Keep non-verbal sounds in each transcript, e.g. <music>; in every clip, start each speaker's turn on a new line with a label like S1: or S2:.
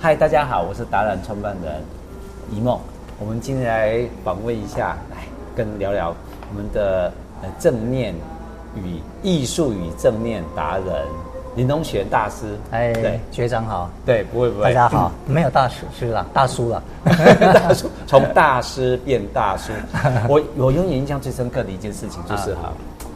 S1: 嗨，大家好，我是达人创办人一梦。我们今天来访问一下，来跟聊聊我们的呃正念与艺术与正念达人林东玄大师。
S2: 哎
S1: 对，
S2: 学长好，
S1: 对，不会不会，
S2: 大家好，没有大师师了，大叔了，
S1: <laughs> 大叔，从大师变大叔。我我永远印象最深刻的一件事情就是哈，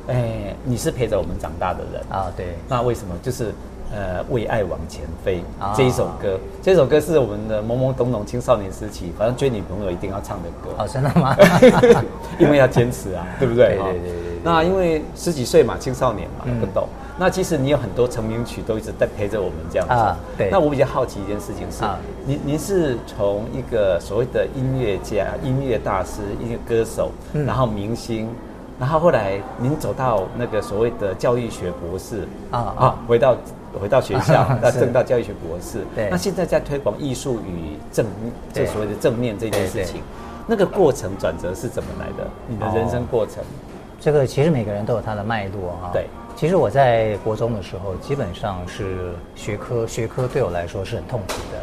S1: 哎、你是陪着我们长大的人，
S2: 啊，对，
S1: 那为什么就是？呃，为爱往前飞、
S2: 啊
S1: 这一首歌，这首歌是我们的懵懵懂懂青少年时期，反正追女朋友一定要唱的歌。
S2: 哦，真的吗？
S1: <laughs> 因为要坚持
S2: <laughs>
S1: 啊，对不对？
S2: 对对对对对嗯
S1: 那因为十几岁嘛，青少年嘛，不懂。那其实你有很多成名曲都一直在陪着我们这样子。
S2: 啊对
S1: 那我比较好奇一件事情是
S2: 啊，
S1: 您您是从一个所谓的音乐家、音乐大师、音乐歌手，
S2: 嗯
S1: 然后明星。然后后来您走到那个所谓的教育学博士
S2: 啊，
S1: 啊，回到回到学校那
S2: 是
S1: 正到教育学博士。
S2: 对
S1: 那现在在推广艺术与正，这
S2: 对
S1: 所谓的正面这件事
S2: 对对
S1: 情。那个过程转折是怎么来的？你的人生过程，
S2: 这个其实每个人都有他的脉络哈、
S1: 对，
S2: 其实我在国中的时候，基本上是学科，学科对我来说是很痛苦的。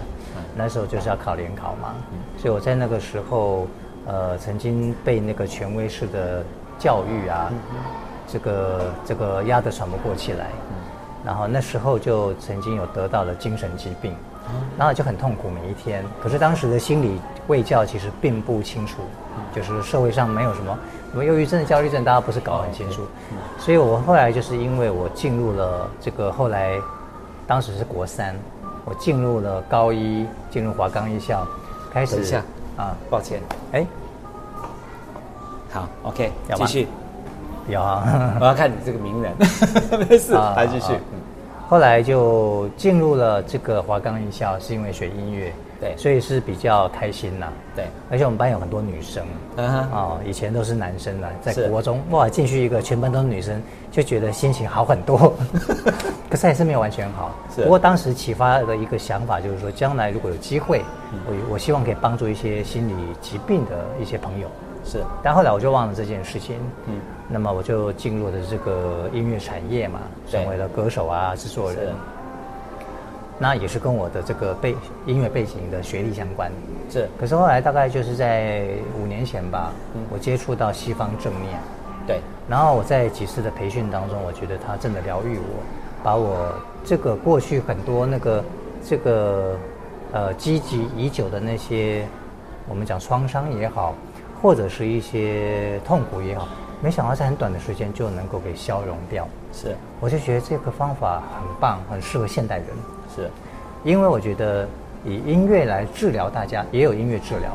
S2: 那时候就是要考联考嘛，所以我在那个时候，呃，曾经被那个权威式的教育啊，这个这个压得喘不过气来。然后那时候就曾经有得到了精神疾病，
S1: 哦
S2: 然后就很痛苦每一天。可是当时的心理卫教其实并不清楚，就是社会上没有什么什么忧郁症、焦虑症，大家不是搞很清楚。
S1: 嗯
S2: 所以我后来就是因为我进入了这个后来，当时是国三，我进入了高一，进入华冈艺校，开始
S1: 等一下
S2: 啊，
S1: 抱歉。
S2: 哎，
S1: 好，OK，
S2: 要吗
S1: 继续。
S2: 有啊。
S1: 我要看你这个名
S2: <laughs>
S1: 人，没事，
S2: 啊
S1: 来继续嗯
S2: 啊。后来就进入了这个华冈艺校，是因为学音乐，
S1: 对
S2: 所以是比较开心呐、
S1: 对，
S2: 而且我们班有很多女生，
S1: 嗯哼，
S2: 哦，以前都是男生啊，在
S1: 是
S2: 国中哇，进去一个全班都是女生，就觉得心情好很
S1: <laughs>
S2: 多，可是还是没有完全好。
S1: 是
S2: 不过当时启发的一个想法就是说，将来如果有机会，
S1: 嗯
S2: 我我希望可以帮助一些心理疾病的一些朋友。
S1: 是
S2: 但后来我就忘了这件事情，
S1: 嗯
S2: 嗯，那么我就进入了这个音乐产业嘛，
S1: 对
S2: 成为了歌手啊、制作人
S1: 是，
S2: 那也是跟我的这个背音乐背景的学历相关。
S1: 是，
S2: 可是后来大概就是在五年前吧，
S1: 嗯
S2: 我接触到西方正念，
S1: 对，
S2: 然后我在几次的培训当中，我觉得它真的疗愈我，把我这个过去很多那个这个呃积极已久的那些我们讲创伤也好，或者是一些痛苦也好，没想到在很短的时间就能够给消融掉。
S1: 是
S2: 我就觉得这个方法很棒，很适合现代人。
S1: 是
S2: 因为我觉得以音乐来治疗大家，也有音乐治疗，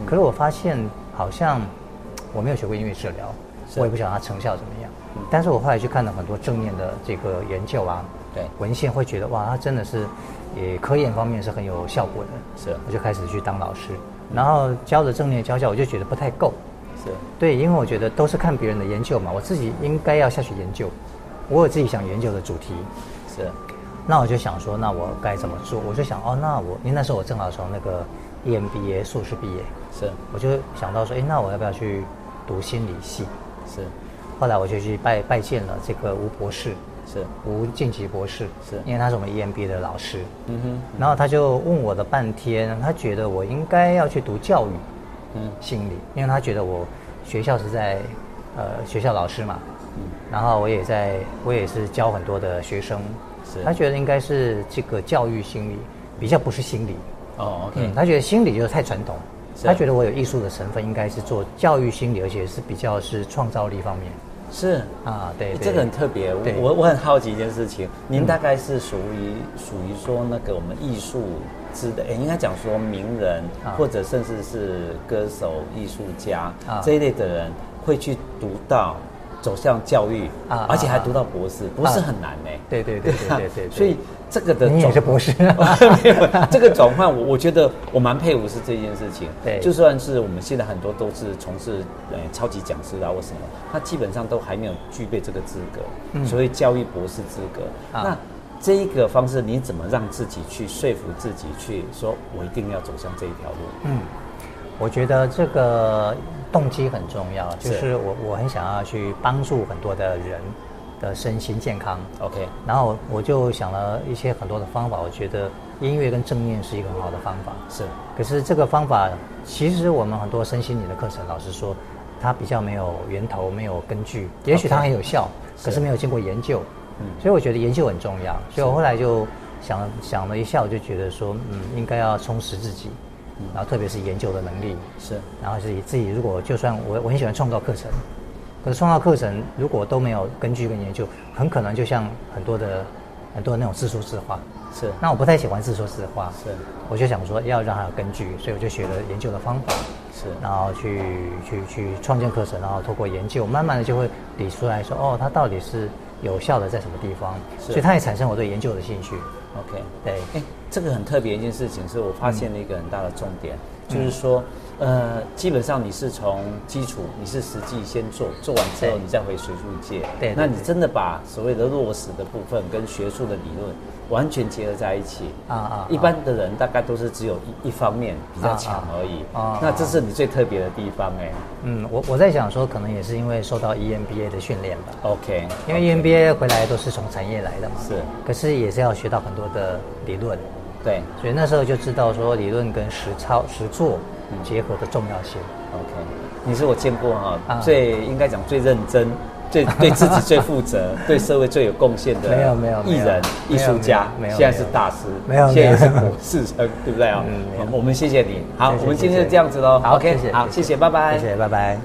S1: 嗯
S2: 可是我发现好像嘖我没有学过音乐治疗，
S1: 是嗯
S2: 我也不晓得它成效怎么样。但是我后来去看了很多正面的这个研究啊，
S1: 对
S2: 文献会觉得哇，它真的是，也科研方面是很有效果的。
S1: 是
S2: 我就开始去当老师，然后教了正念教教，我就觉得不太够。
S1: 是，
S2: 对，因为我觉得都是看别人的研究嘛，我自己应该要下去研究，我有自己想研究的主题。
S1: 是
S2: 那我就想说，那我该怎么做？我就想，哦，那我因为那时候我正好从那个 E EMBA 硕士毕业，
S1: 是
S2: 我就想到说，诶，那我要不要去读心理系？
S1: 是
S2: 后来我就去拜拜见了这个吴博士，
S1: 是，
S2: 吴晋级博士，
S1: 是
S2: 因为他是我们 E EMBA 的老师，
S1: 嗯哼，
S2: 然后他就问我了半天，他觉得我应该要去读教育
S1: 嗯
S2: 心理，因为他觉得我学校是在呃学校老师嘛，
S1: 嗯，
S2: 然后我也在，我也是教很多的学生，
S1: 是
S2: 他觉得应该是这个教育心理比较不是心理，
S1: 哦
S2: 嗯，
S1: ，OK，
S2: 他觉得心理就是太传统，
S1: 是
S2: 他觉得我有艺术的成分，应该是做教育心理，而且是比较是创造力方面
S1: 是。
S2: 啊，对，对
S1: 这个很特别，
S2: 对
S1: 我我很好奇一件事情，您大概是属于属于说那个我们艺术之的，诶应该讲说名人、
S2: 啊
S1: 或者甚至是歌手、艺术家、
S2: 啊
S1: 这一类的人会去读到走向教育，
S2: 啊
S1: 而且还
S2: 啊
S1: 读到博士，博士很难呢、
S2: 对对对对
S1: 啊
S2: 对对，
S1: <laughs>
S2: 对
S1: 所以这个的
S2: 你也
S1: 转
S2: 是
S1: <laughs>
S2: 博士
S1: 没有 <laughs> 这个转换，我我觉得我蛮佩服是这件事情。
S2: 对
S1: 就算是我们现在很多都是从事呃超级讲师啊或什么，他基本上都还没有具备这个资格，所谓教育博士资格。
S2: 嗯啊
S1: 那这一个方式，你怎么让自己去说服自己去说，我一定要走向这一条路？
S2: 嗯，我觉得这个动机很重要，就是是我我很想要去帮助很多的人的身心健康，
S1: OK，
S2: 然后我就想了一些很多的方法，我觉得音乐跟正念是一个很好的方法。
S1: 是
S2: 可是这个方法，其实我们很多身心灵的课程，老实说，它比较没有源头，没有根据。也许它
S1: OK
S2: 很有效可是没有经过研究。
S1: 嗯
S2: 所以我觉得研究很重要。所以我后来就想想了一下，我就觉得说，嗯，应该要充实自己，然后特别是研究的能力。
S1: 是
S2: 然后自己自己如果就算我我很喜欢创造课程，可是创造课程如果都没有根据跟研究，很可能就像很多的很多那种自说自话。
S1: 是
S2: 那我不太喜欢自说自话，
S1: 是
S2: 我就想说要让它有根据，所以我就学了研究的方法，
S1: 是
S2: 然后去去去创建课程，然后透过研究，慢慢的就会理出来说，哦，它到底是有效的在什么地方，
S1: 是
S2: 所以它也产生我对研究的兴趣。
S1: OK。
S2: 对，
S1: 哎，这个很特别一件事情，是我发现了一个很大的重点，
S2: 嗯
S1: 就是说，呃，基本上你是从基础，你是实际先做，做完之后
S2: 对
S1: 你再回学术界，
S2: 对对
S1: 那你
S2: 对
S1: 真的把所谓的落实的部分跟学术的理论完全结合在一起。
S2: 啊啊，
S1: 一般的人大概都是只有一一方面比较强而已，
S2: 啊啊啊
S1: 那这是你最特别的地方哎、
S2: 嗯，我我在想说，可能也是因为受到 E EMBA 的训练吧。
S1: OK，
S2: 因为 E EMBA 回来都是从产业来的嘛，
S1: 是
S2: 可是也是要学到很多的理论，
S1: 对
S2: 所以那时候就知道说理论跟实操实做结合的重要性。
S1: ，OK，你是我见过哈、
S2: 啊
S1: 最应该讲最认真、最对自己最负
S2: <laughs>
S1: 责、对社会最有贡献的
S2: 没有没有没
S1: 艺
S2: 有
S1: 人、
S2: 没
S1: 艺
S2: 有
S1: 术家，
S2: 没有没有
S1: 现在是大师，
S2: 没有
S1: 现在是
S2: 没有
S1: 博士生，对不对啊、
S2: 嗯没有
S1: 我们谢谢你，好，
S2: 谢谢
S1: 我们今天就
S2: 谢谢
S1: 这样子喽。
S2: 好
S1: 哦 OK，
S2: 谢谢
S1: 好，
S2: 谢谢
S1: 谢谢，拜拜。
S2: 谢谢，拜拜。